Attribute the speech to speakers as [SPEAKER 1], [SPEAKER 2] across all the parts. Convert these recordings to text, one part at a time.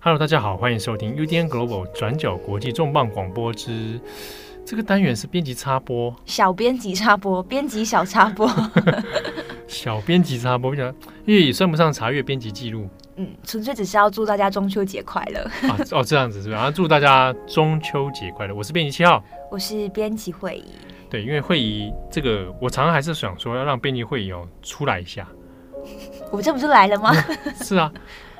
[SPEAKER 1] Hello，大家好，欢迎收听 UDN Global 转角国际重磅广播之这个单元是编辑插播，
[SPEAKER 2] 小编辑插播，编辑小插播，
[SPEAKER 1] 小编辑插播，不讲，因为也算不上查阅编辑记录
[SPEAKER 2] 嗯，纯粹只是要祝大家中秋节快乐。
[SPEAKER 1] 啊。哦，这样子是吧？然后祝大家中秋节快乐！我是编辑七号。
[SPEAKER 2] 我是编辑会议，
[SPEAKER 1] 对，因为会议这个，我常常还是想说要让编辑会议哦出来一下。
[SPEAKER 2] 我这不是来了吗？
[SPEAKER 1] 是啊，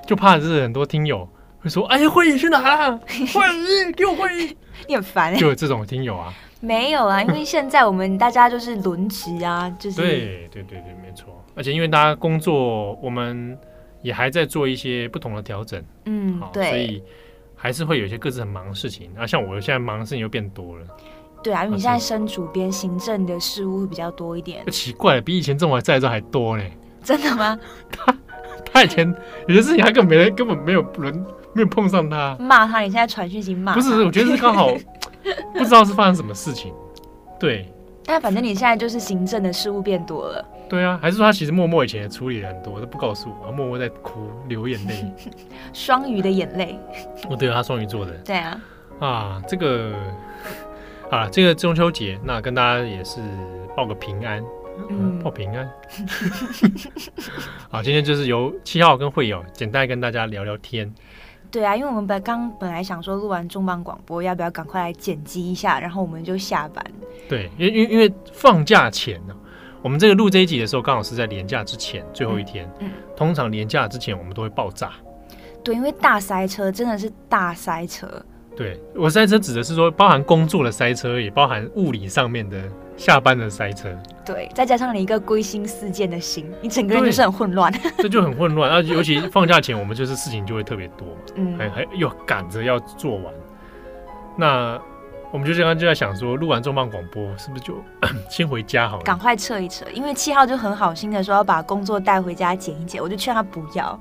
[SPEAKER 1] 就怕是很多听友会说：“哎，会议去哪了？会议给我会议
[SPEAKER 2] 你很烦、！”欸。
[SPEAKER 1] 就有这种听友啊。
[SPEAKER 2] 没有啊，因为现在我们大家就是轮值啊，就是
[SPEAKER 1] 对对对对，没错。而且因为大家工作，我们也还在做一些不同的调整，
[SPEAKER 2] 嗯
[SPEAKER 1] 好，，所
[SPEAKER 2] 对
[SPEAKER 1] 以还是会有一些各自很忙的事情。啊，像我现在忙的事情又变多了，
[SPEAKER 2] 对啊，因
[SPEAKER 1] 啊
[SPEAKER 2] 为你现在身主编行政的事务会比较多一点，
[SPEAKER 1] 奇怪，比以前这么在的时候还多嘞。
[SPEAKER 2] 真的吗？
[SPEAKER 1] 他以前有些事情他根本没人根本没有人没有碰上他，
[SPEAKER 2] 骂他，你现在传讯息骂他
[SPEAKER 1] 不是，我觉得是刚好 不知道是发生什么事情。对
[SPEAKER 2] 但反正你现在就是行政的事务变多了，
[SPEAKER 1] 对啊，还是说他其实默默以前也处理了很多，都不告诉我，默默在哭流眼 泪。
[SPEAKER 2] 双鱼的眼泪，
[SPEAKER 1] 哦，对啊，他双鱼座的，
[SPEAKER 2] 对啊，
[SPEAKER 1] 啊，这个 啊，这个中秋节，那跟大家也是报个平安，嗯，
[SPEAKER 2] 嗯
[SPEAKER 1] 报，平安。 啊好，今天就是由七号跟会友简单跟大家聊聊天。
[SPEAKER 2] 对啊，因为我们本刚本来想说录完重磅广播，要不要赶快来剪辑一下，然后我们就下班。
[SPEAKER 1] 对，因为因为因为放假前呢、我们这个录这一集的时候，刚好是在年假之前最后一天。
[SPEAKER 2] 嗯
[SPEAKER 1] 通常年假之前我们都会爆炸。
[SPEAKER 2] 对，因为大塞车真的是大塞车，
[SPEAKER 1] 对我塞车指的是说，包含工作的塞车，也包含物理上面的下班的塞车。
[SPEAKER 2] 对，再加上你一个归心似箭的心，你整个人
[SPEAKER 1] 对
[SPEAKER 2] 就是很混乱。
[SPEAKER 1] 这就很混乱。啊，尤其放假前，我们就是事情就会特别多嘛，
[SPEAKER 2] 嗯
[SPEAKER 1] 哎还还又赶着要做完。那我们就刚刚就在想说，录完重磅广播是不是就 先回家好
[SPEAKER 2] 赶
[SPEAKER 1] 了？
[SPEAKER 2] 快撤一撤，因为七号就很好心的说要把工作带回家剪一剪，我就劝他不要。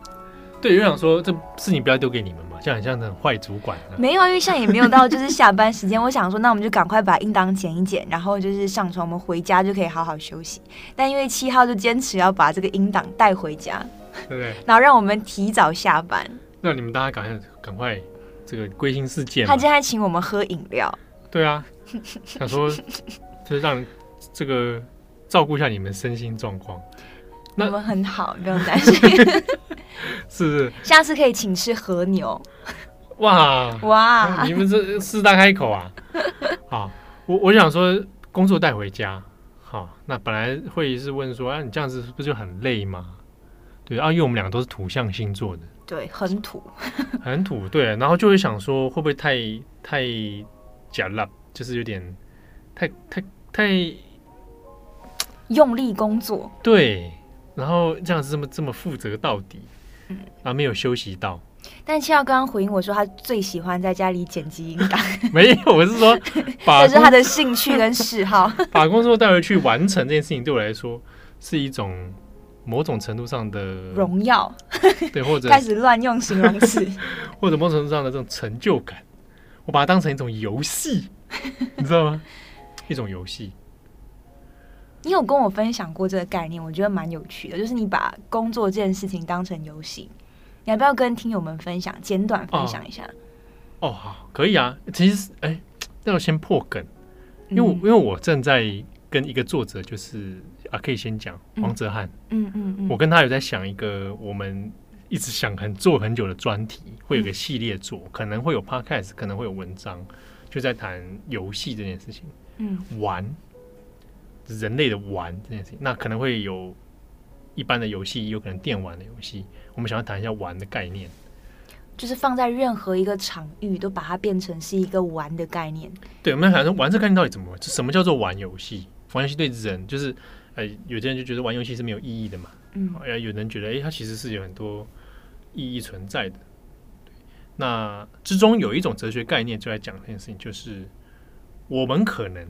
[SPEAKER 1] 对，就想说这事情不要丢给你们嘛，这样很像很坏主管、啊。
[SPEAKER 2] 没有啊，因为现在也没有到就是下班时间，我想说那我们就赶快把应当剪一剪，然后就是上床，我们回家就可以好好休息。但因为七号就坚持要把这个应当带回家，
[SPEAKER 1] 对不对？
[SPEAKER 2] 然后让我们提早下班。
[SPEAKER 1] 那你们大家赶快赶快这个归心似箭嘛
[SPEAKER 2] 他。今天还请我们喝饮料，
[SPEAKER 1] 对啊，想说就是让这个照顾一下你们身心状况，那
[SPEAKER 2] 我们很好，不用 担心。
[SPEAKER 1] 是不是？
[SPEAKER 2] 下次可以请吃和牛。
[SPEAKER 1] 哇，
[SPEAKER 2] 哇，
[SPEAKER 1] 你们这四大开口 啊！好，我我想说工作带回家。好，那本来会议是问说，啊，你这样子不是就很累吗？对啊，因为我们两个都是土象星座 的，
[SPEAKER 2] 对，很土。
[SPEAKER 1] 很土，对，然后就会想说，会不会太太假辣，就是有点太太太
[SPEAKER 2] 用力工作，
[SPEAKER 1] 对，然后这样子这么这么负责到底，
[SPEAKER 2] 嗯
[SPEAKER 1] 啊，没有休息到，
[SPEAKER 2] 但七号刚刚回应我说，他最喜欢在家里剪辑音档，
[SPEAKER 1] 没有，我是说把
[SPEAKER 2] 这是他
[SPEAKER 1] 工
[SPEAKER 2] 的兴趣跟 嗜好。
[SPEAKER 1] 把工作带回去完成这件事情，对我来说是一种某种程度上的
[SPEAKER 2] 荣耀
[SPEAKER 1] 对，或者
[SPEAKER 2] 开始乱用形容词，
[SPEAKER 1] 或者某种程度上的这种成就感，我把它当成一种游戏，你知道 吗？一种游戏，
[SPEAKER 2] 你有跟我分享过这个概念，我觉得蛮有趣的，就是你把工作这件事情当成游戏。你要不要跟听友们分享，简短分享一下？
[SPEAKER 1] 哦，好，可以啊。其实是，哎，那我先破梗，因为我、因
[SPEAKER 2] 嗯
[SPEAKER 1] 为我正在跟一个作者，就是啊，可以先讲王哲瀚，
[SPEAKER 2] 嗯嗯嗯
[SPEAKER 1] 我跟他有在想一个我们一直想很做很久的专题，会有个系列做，可能会有 podcast，可能会有文章，就在谈游戏这件事情，
[SPEAKER 2] 嗯
[SPEAKER 1] 玩人类的玩这件事情，那可能会有一般的游戏，有可能电玩的游戏，我们想要谈一下玩的概念。
[SPEAKER 2] 就是放在任何一个场域，都把它变成是一个玩的概念。
[SPEAKER 1] 对，我们想说玩这概念到底怎么，什么叫做玩游戏？玩游戏对人就是，呃，有些人就觉得玩游戏是没有意义的嘛，
[SPEAKER 2] 嗯
[SPEAKER 1] 呃，有人觉得，诶，它其实是有很多意义存在的。对那之中有一种哲学概念就在讲这件事情，就是我们可能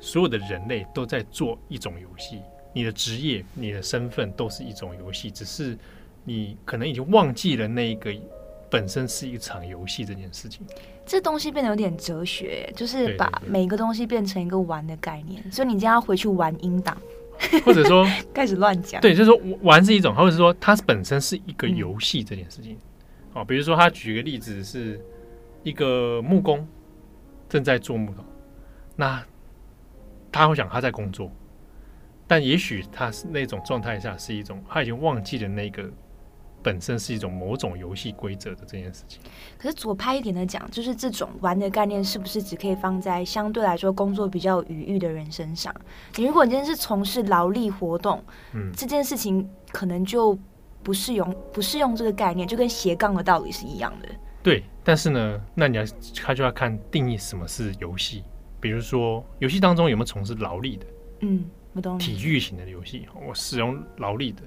[SPEAKER 1] 所有的人类都在做一种游戏，你的职业、你的身份都是一种游戏，只是你可能已经忘记了那一个本身是一场游戏这件事情。
[SPEAKER 2] 这东西变得有点哲学，就是
[SPEAKER 1] 对
[SPEAKER 2] 把
[SPEAKER 1] 对对
[SPEAKER 2] 每个东西变成一个玩的概念。所以你今天要回去玩音档，
[SPEAKER 1] 或者说，
[SPEAKER 2] 开始乱讲。
[SPEAKER 1] 对，就是说玩是一种，或者是说它本身是一个游戏这件事情。哦，比如说他举个例子，是一个木工正在做木头，那他会想他在工作，但也许他是那种状态下是一种他已经忘记了那个本身是一种某种游戏规则的这件事情。
[SPEAKER 2] 可是左派一点的讲，就是这种玩的概念是不是只可以放在相对来说工作比较有余裕的人身上？你如果你今天是从事劳力活动，
[SPEAKER 1] 嗯
[SPEAKER 2] 这件事情可能就不适用，不适用这个概念，就跟斜杠的道理是一样的。
[SPEAKER 1] 对，但是呢，那你要他就要看定义什么是游戏，比如说游戏当中有没有从事劳力的。
[SPEAKER 2] 嗯，我懂你。
[SPEAKER 1] 体育型的游戏，我使用劳力的，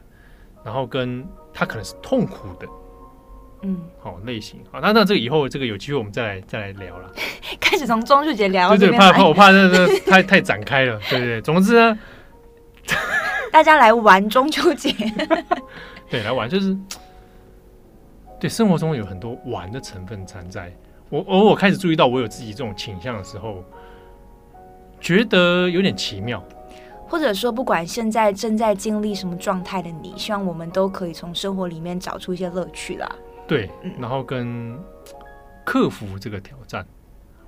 [SPEAKER 1] 然后跟它可能是痛苦的
[SPEAKER 2] 嗯，
[SPEAKER 1] 哦类型。好，那那这个以后这个有机会我们再来再来聊了。
[SPEAKER 2] 开始从中秋节聊到
[SPEAKER 1] 对对，
[SPEAKER 2] 这边
[SPEAKER 1] 怕怕
[SPEAKER 2] 来，
[SPEAKER 1] 我怕这这太 太展开了，对对对。总之啊呢，
[SPEAKER 2] 大家来玩中秋节。
[SPEAKER 1] 对来玩就是，对生活中有很多玩的成分掺在。我偶尔开始注意到我有自己这种倾向的时候，觉得有点奇妙。
[SPEAKER 2] 或者说，不管现在正在经历什么状态的你，希望我们都可以从生活里面找出一些乐趣啦。
[SPEAKER 1] 对
[SPEAKER 2] 嗯，
[SPEAKER 1] 然后跟克服这个挑战。
[SPEAKER 2] 嗯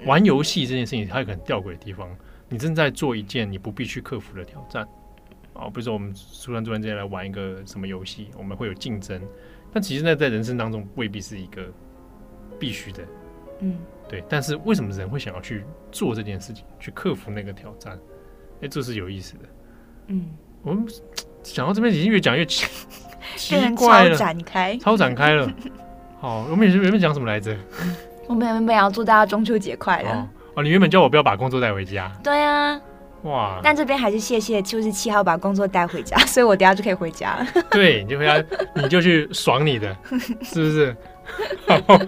[SPEAKER 1] 玩游戏这件事情，它有个很吊诡的地方，你正在做一件你不必去克服的挑战。啊，比如说我们突然突然之间来玩一个什么游戏，我们会有竞争，但其实那在人生当中未必是一个必须的，
[SPEAKER 2] 嗯，
[SPEAKER 1] 对。但是为什么人会想要去做这件事情，去克服那个挑战？哎，这是有意思的。
[SPEAKER 2] 嗯，
[SPEAKER 1] 我们讲到这边已经越讲越奇奇
[SPEAKER 2] 变成
[SPEAKER 1] 怪
[SPEAKER 2] 超
[SPEAKER 1] 了，
[SPEAKER 2] 展 开。
[SPEAKER 1] 超展开了。好，我们原原本讲什么来着？
[SPEAKER 2] 我们原本要祝大家中秋节快乐。
[SPEAKER 1] 哦哦，你原本叫我不要把工作带回家，
[SPEAKER 2] 对啊，
[SPEAKER 1] 哇！
[SPEAKER 2] 但这边还是谢谢就是七号把工作带回家， 所以我等下就可以回家了。
[SPEAKER 1] 对，你就回家，你就去爽你的，是不是？ 好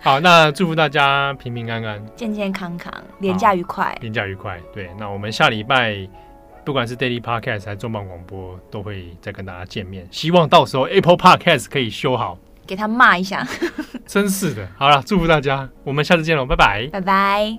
[SPEAKER 1] 好，那祝福大家平平安安，
[SPEAKER 2] 健健康康，廉假愉快。
[SPEAKER 1] 廉假愉快。对，那我们下礼拜不管是 Daily Podcast 还是重磅广播，都会再跟大家见面。希望到时候 Apple Podcast 可以修好，
[SPEAKER 2] 给他骂一下，
[SPEAKER 1] 真是的。好了，祝福大家，我们下次见喽，拜拜。
[SPEAKER 2] 拜拜。